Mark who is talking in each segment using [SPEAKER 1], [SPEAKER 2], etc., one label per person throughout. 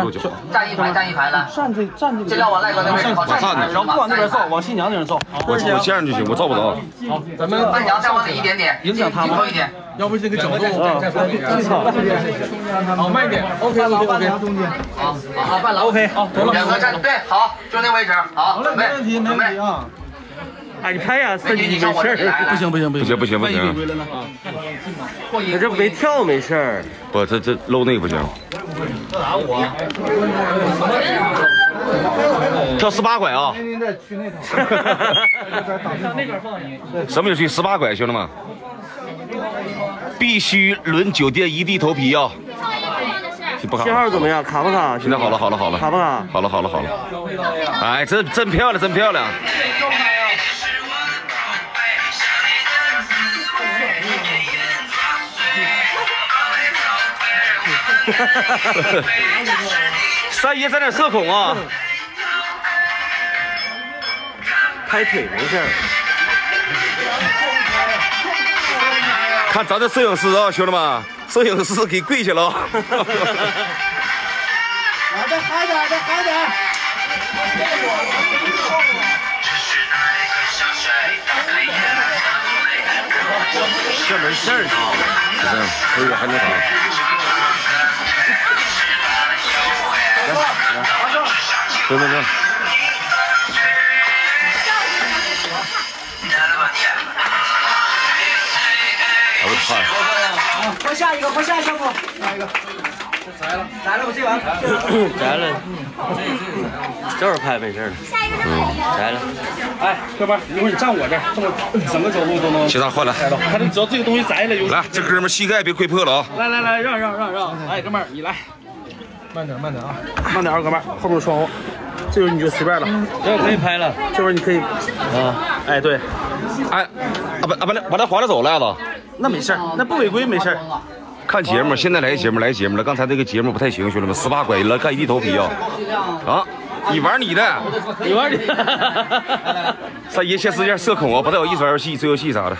[SPEAKER 1] 六九。
[SPEAKER 2] 站一排站一排来，
[SPEAKER 3] 站这站这个，
[SPEAKER 2] 尽量往赖哥那位置靠，
[SPEAKER 1] 往上
[SPEAKER 2] 站
[SPEAKER 1] 点
[SPEAKER 3] 然后不往那边凑，往新娘那边凑。
[SPEAKER 4] 啊
[SPEAKER 1] 我
[SPEAKER 5] 啊
[SPEAKER 1] 我这样就行，我照不着。
[SPEAKER 5] 咱们
[SPEAKER 2] 万阳再往里一点点，
[SPEAKER 5] 影响他嗯
[SPEAKER 2] 紧
[SPEAKER 5] 们
[SPEAKER 2] 凑一点。
[SPEAKER 5] 要不这个角度再放一点，好慢一点，OK OK OK，
[SPEAKER 2] 好，好，半老 OK，好，两个站对，好，就那位置，好，准备，准备，
[SPEAKER 5] 啊，
[SPEAKER 4] 哎，你拍呀，
[SPEAKER 2] 美
[SPEAKER 4] 四
[SPEAKER 2] 女，
[SPEAKER 4] 弟
[SPEAKER 2] 你
[SPEAKER 4] 没
[SPEAKER 2] 上我
[SPEAKER 4] 事
[SPEAKER 2] 这里来，
[SPEAKER 4] 儿，
[SPEAKER 5] 不行不行不
[SPEAKER 1] 不行
[SPEAKER 4] 啊
[SPEAKER 5] 行
[SPEAKER 1] 不行不
[SPEAKER 5] 万一违
[SPEAKER 1] 行，
[SPEAKER 5] 规了呢啊！
[SPEAKER 2] 过啊瘾，
[SPEAKER 4] 你这没跳没事儿。
[SPEAKER 1] 不，这这露内不行。跳十八拐啊！什么游戏？十八拐，兄弟们，必须抡酒店一地头皮啊！不卡
[SPEAKER 4] 信号怎么样？卡不卡？
[SPEAKER 1] 现在好了，好了，好了，
[SPEAKER 4] 卡不卡？
[SPEAKER 1] 好了，好了，好了。哎，真真漂亮，真漂亮！三爷在那社恐啊！
[SPEAKER 4] 拍腿没事儿。
[SPEAKER 1] 看咱这摄影师啊，兄弟们，摄影师给跪下了啊！这没事儿啊！不是，不是还能啥？来来，来，来，来。哎我操！
[SPEAKER 3] 快下一个，快下一个，不，
[SPEAKER 4] 摘了，这会儿拍没事儿了。摘了，
[SPEAKER 5] 哎，哥们儿，一会儿你站我这儿，这么什么角度都能
[SPEAKER 1] 其他换来，
[SPEAKER 5] 拍到。他这只要这个东西摘了，有
[SPEAKER 1] 来，这哥们儿膝盖别跪破了啊！
[SPEAKER 5] 来来来，让让让让，哎，哥们儿你来，慢点慢点啊，慢点啊，哥们儿，后面有窗户，这会儿你就随便了，
[SPEAKER 4] 这可以拍了。
[SPEAKER 5] 这会儿你可以，
[SPEAKER 4] 啊，
[SPEAKER 5] 哎对，
[SPEAKER 1] 哎，啊不啊不，把那划拉走了子。
[SPEAKER 5] 那没事儿，那不违规没事儿，
[SPEAKER 1] 看节目，现在来节目，来节目了。刚才这个节目不太行，兄弟们，十八拐了，干一地头皮啊！啊，你玩你的，
[SPEAKER 4] 你玩你。
[SPEAKER 1] 三爷先使劲社恐啊，不太有意思玩游戏、追游戏啥的。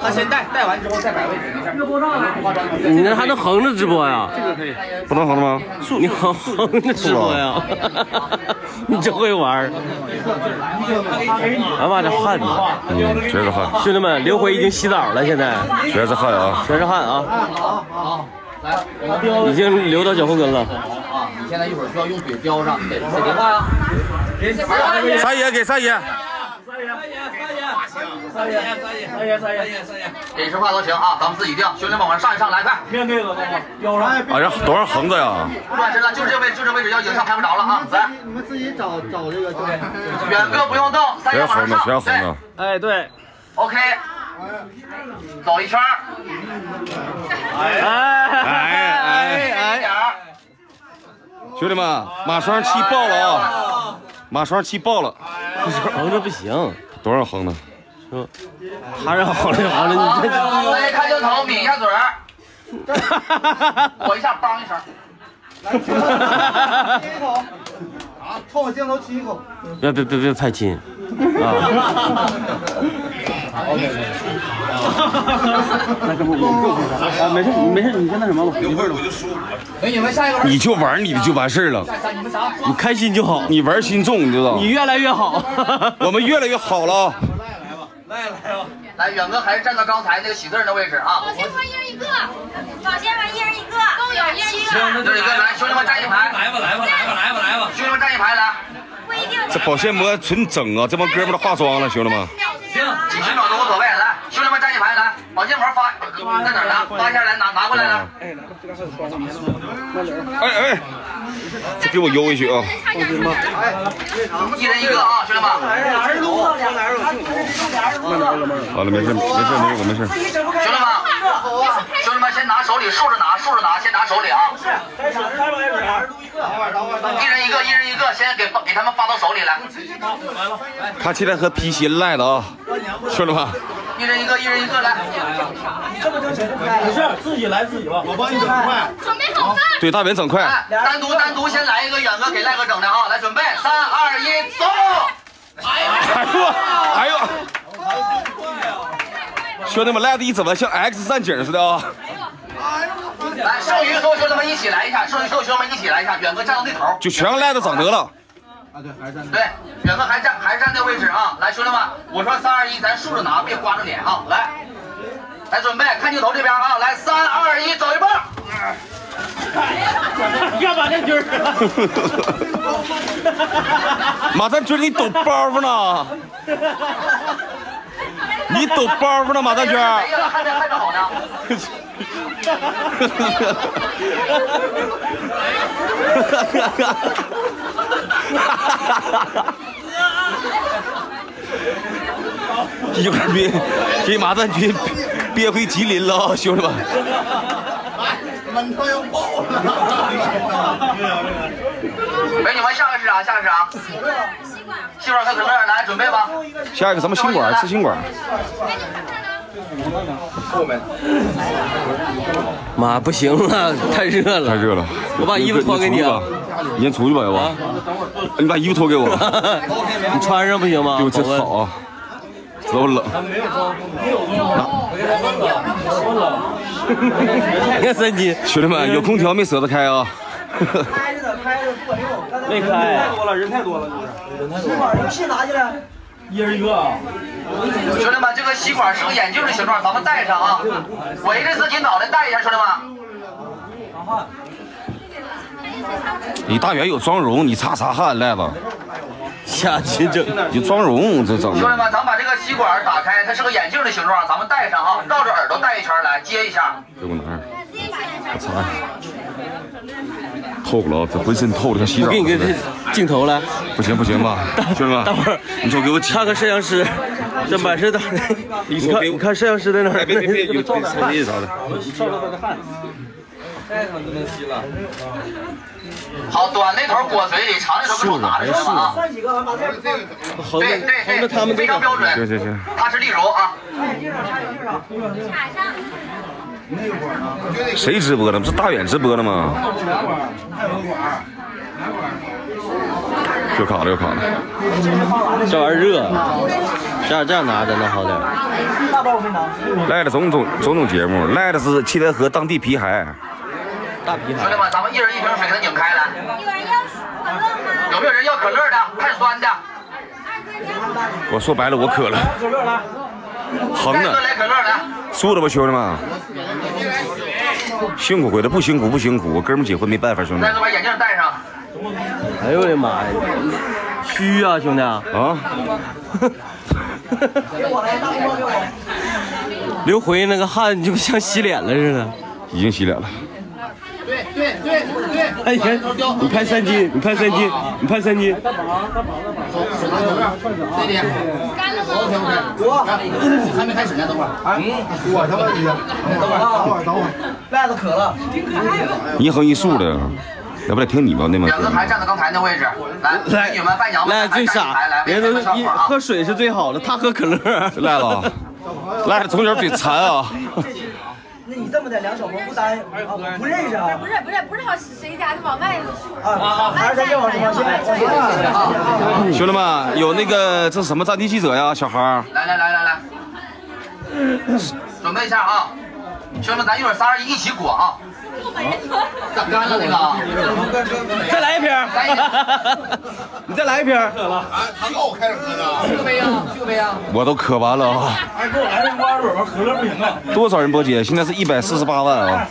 [SPEAKER 2] 他先带，带完之后再摆位置，没事。
[SPEAKER 4] 你那还能横着直播呀？
[SPEAKER 1] 不能横着吗？
[SPEAKER 4] 你横横着直播呀？你真会玩儿。哎呀妈，这汗呐！
[SPEAKER 1] 嗯，全是汗，
[SPEAKER 4] 兄弟们，刘辉已经洗澡了，现在
[SPEAKER 1] 全是汗啊！
[SPEAKER 4] 全是汗啊，已经流到脚后跟了。
[SPEAKER 2] 啊，你现在一会儿需要用嘴叼上，你得写电话呀。
[SPEAKER 1] 三爷给三爷，啊
[SPEAKER 2] 给十块都行啊，咱们自己定。兄弟们往上上一上来，快！
[SPEAKER 5] 面对着哥们儿，
[SPEAKER 1] 啊，让多少横着呀？
[SPEAKER 2] 不转身了，就是这位置，就这位置，要影像拍不着了啊！来，
[SPEAKER 6] 你们自己找找这个照片。
[SPEAKER 2] 远哥不用动，三
[SPEAKER 1] 全
[SPEAKER 2] 爷
[SPEAKER 1] 是
[SPEAKER 2] 往
[SPEAKER 1] 横着，
[SPEAKER 2] 上
[SPEAKER 1] 全是横
[SPEAKER 2] 上，对
[SPEAKER 1] 着。
[SPEAKER 5] 哎对，
[SPEAKER 2] ，OK，走一圈儿，
[SPEAKER 4] 哎
[SPEAKER 1] 哎哎，
[SPEAKER 2] 一点儿，
[SPEAKER 1] 兄弟们，马双气爆了啊！马双气爆了，
[SPEAKER 4] 横着不行，
[SPEAKER 1] 多少横着？
[SPEAKER 4] 他让横着横着你这。
[SPEAKER 2] 好，来看镜头，抿一下嘴儿，我一下，梆一声，
[SPEAKER 6] 亲一口，啊，冲我镜头亲一口。
[SPEAKER 4] 别别别别太近啊！
[SPEAKER 5] 啊没事没事，你先那什么吧，
[SPEAKER 1] 你就玩你的就完事儿了，
[SPEAKER 4] 你开心就好，
[SPEAKER 1] 你玩心重，你知道吗
[SPEAKER 4] 你？越来越好。
[SPEAKER 1] 我们越来越好了啊！
[SPEAKER 2] 来，远哥还是站到刚才那个喜字儿的位置啊。
[SPEAKER 7] 保鲜盒一人一个，保鲜盒一人一个，都有一人一
[SPEAKER 2] 这
[SPEAKER 7] 个，
[SPEAKER 2] 里哥来，兄弟们站一排，来吧来吧来吧来吧来吧，兄弟们站一排来，
[SPEAKER 7] 不一定。
[SPEAKER 1] 这保鲜膜纯整啊，这帮哥们儿都化妆了，兄弟们。
[SPEAKER 7] 行，
[SPEAKER 2] 几十秒都无所谓，来，兄弟们站一排来，保鲜膜发在哪儿拿？发下来拿拿过来来。
[SPEAKER 1] 哎哎，这给我邮回去啊！
[SPEAKER 2] 一人一个啊，兄弟们，
[SPEAKER 1] 完了，没事没事没有，没事。
[SPEAKER 2] 兄弟们，兄弟们先拿手里竖着拿，竖着拿，先拿手里啊。一人一个，一人一个，先给发给他们发到手里来。
[SPEAKER 1] 他现在和皮鞋赖的啊，兄弟们，
[SPEAKER 2] 一人一个，一人一个来。
[SPEAKER 7] 准备好饭。
[SPEAKER 1] 对大元整快，
[SPEAKER 2] 哎，单独单独先来一个，远哥给赖哥整的啊，来准备，三二一，走。
[SPEAKER 1] 哎呦哎呦，兄弟们赖的一怎么像 X 战警似的啊？
[SPEAKER 2] 来，剩余所有兄弟们一起来一下，剩余所有兄弟们一起来一下，远哥站到那头。
[SPEAKER 1] 就全赖到整得了。
[SPEAKER 2] 对，远哥还站还站那位置啊！来，兄弟们，我说三二一，咱竖着拿，别刮着脸啊！来，来准备，看镜头这边啊！来，三二一，走一步。
[SPEAKER 4] 干嘛这军儿？
[SPEAKER 1] 妈，咱觉得你抖包袱呢，你抖包袱呢，马大娟儿。
[SPEAKER 2] 哎呀，还没还没好呢。
[SPEAKER 1] 有点憋，给马大军憋回吉林了啊，兄弟们。
[SPEAKER 6] 门都要爆了。
[SPEAKER 2] 美哎女们，下个是啥？下个是啥？
[SPEAKER 7] 吸管，吸管，
[SPEAKER 2] 媳妇儿看怎么样？来，准备吧。
[SPEAKER 1] 下一个什么新馆？次新馆。
[SPEAKER 7] 哎，你咋看呢？
[SPEAKER 4] 妈，不行了，太热了，
[SPEAKER 1] 太热了，
[SPEAKER 4] 我把衣服脱给你啊。
[SPEAKER 1] 你先出去吧，要
[SPEAKER 4] 啊
[SPEAKER 1] 不？你把衣服脱给我。
[SPEAKER 4] 你穿上不行吗？
[SPEAKER 1] 对我真
[SPEAKER 4] 问
[SPEAKER 1] 好啊，知道我冷。
[SPEAKER 4] 你看三 金，
[SPEAKER 1] 兄弟们，有空调没舍得开啊。
[SPEAKER 4] 没开
[SPEAKER 3] 太，多了，人太多了，就是。吸管游戏拿进来。一人一个啊！
[SPEAKER 2] 兄弟们，这个吸管是个眼镜的形状，咱们戴上啊！围着自己脑袋戴一下，兄弟们。
[SPEAKER 1] 你大远有妆容，你擦啥汗赖子？
[SPEAKER 4] 下去整。
[SPEAKER 1] 你妆容这整
[SPEAKER 2] 兄弟
[SPEAKER 1] 的。
[SPEAKER 2] 们，咱把这个吸管打开，它是个眼镜的形状，咱们戴上啊，绕着耳朵戴一圈来，接一下。
[SPEAKER 1] 给我拿上，我擦一下。透了啊，这浑身透的跟洗澡
[SPEAKER 4] 我给你
[SPEAKER 1] 似
[SPEAKER 4] 个
[SPEAKER 1] 的。
[SPEAKER 4] 这镜头来，
[SPEAKER 1] 不行不行吧，兄弟们，
[SPEAKER 4] 待会儿
[SPEAKER 1] 你瞅给我
[SPEAKER 4] 看看摄像师，这满是的。你看，你看摄像师在哪儿？哎
[SPEAKER 1] 别别别， 有手机
[SPEAKER 4] 啊
[SPEAKER 1] 啥的。
[SPEAKER 2] 好，短那头裹嘴里，长那头给我拿着，兄弟们啊！
[SPEAKER 3] 算几个？把这
[SPEAKER 4] 猴
[SPEAKER 2] 对
[SPEAKER 4] 子，猴
[SPEAKER 2] 对
[SPEAKER 4] 子他
[SPEAKER 2] 对，
[SPEAKER 4] 们
[SPEAKER 2] 非常标
[SPEAKER 1] 行
[SPEAKER 2] 准，
[SPEAKER 1] 行行，
[SPEAKER 2] 它是例如啊。
[SPEAKER 7] 插上。
[SPEAKER 1] 谁直播呢？不是大远直播呢吗？又卡了又卡了，
[SPEAKER 4] 这玩意儿热，这样这样拿着能好点儿。
[SPEAKER 3] 大包我没拿。
[SPEAKER 1] 赖的种种种种节目，赖的是七台河当地皮海。
[SPEAKER 2] 兄弟们，咱们一人一瓶水给它拧开来。
[SPEAKER 7] 有人要可乐吗？
[SPEAKER 2] 有没有人要可乐的？碳酸的？
[SPEAKER 7] 二哥，你要
[SPEAKER 1] 我说白了，我渴了，
[SPEAKER 3] 可乐来。
[SPEAKER 1] 横
[SPEAKER 2] 再
[SPEAKER 1] 呢
[SPEAKER 2] 多，来可乐的。
[SPEAKER 1] 输了吧，兄弟们。辛苦回来，不辛苦不辛苦，我哥们结婚没办法，兄弟
[SPEAKER 2] 再
[SPEAKER 1] 们
[SPEAKER 2] 多把眼镜戴上。
[SPEAKER 4] 哎呦我的妈呀，虚啊兄弟啊！
[SPEAKER 1] 啊，
[SPEAKER 4] 流回那个汗就像洗脸了似的。
[SPEAKER 1] 已经洗脸了。
[SPEAKER 4] 哎，你看，你看三金，你看三金，你看三金，
[SPEAKER 7] 干了吗？
[SPEAKER 2] 还没开始呢，等会儿。
[SPEAKER 6] 我他妈的，等会儿，等会儿。
[SPEAKER 3] 赖子渴了。
[SPEAKER 1] 你一横一竖的，要不得听你吧，那帮
[SPEAKER 2] 两个还
[SPEAKER 1] 兄
[SPEAKER 2] 站在刚才那位置。来，美女们、伴娘们，
[SPEAKER 4] 赖嗯
[SPEAKER 2] 来
[SPEAKER 4] 最
[SPEAKER 2] 来
[SPEAKER 4] 傻，，人
[SPEAKER 2] 来，
[SPEAKER 4] 都
[SPEAKER 2] 来，
[SPEAKER 4] 是一喝水是最好的，他喝可 乐。
[SPEAKER 1] 弟。赖
[SPEAKER 4] 啊
[SPEAKER 1] 子，赖啊子从小嘴馋啊，
[SPEAKER 3] 那你这么的，两小蘑菇单啊，不认识啊
[SPEAKER 7] 不？是不是不是，好谁家的往外去？
[SPEAKER 3] 啊，还是咱越往前往前往前往前
[SPEAKER 1] 兄弟们有那个这是什么战地记者呀，小孩儿
[SPEAKER 2] 来来来来来，准备一下啊，兄弟们，咱一会儿仨人一起裹啊。干了那个啊，
[SPEAKER 4] 再来一瓶 儿，你再来一瓶儿。
[SPEAKER 1] 我都渴完了啊。哎，给我来瓶八水吧，可乐不行啊。多少人波姐？现在是一百四十八万啊。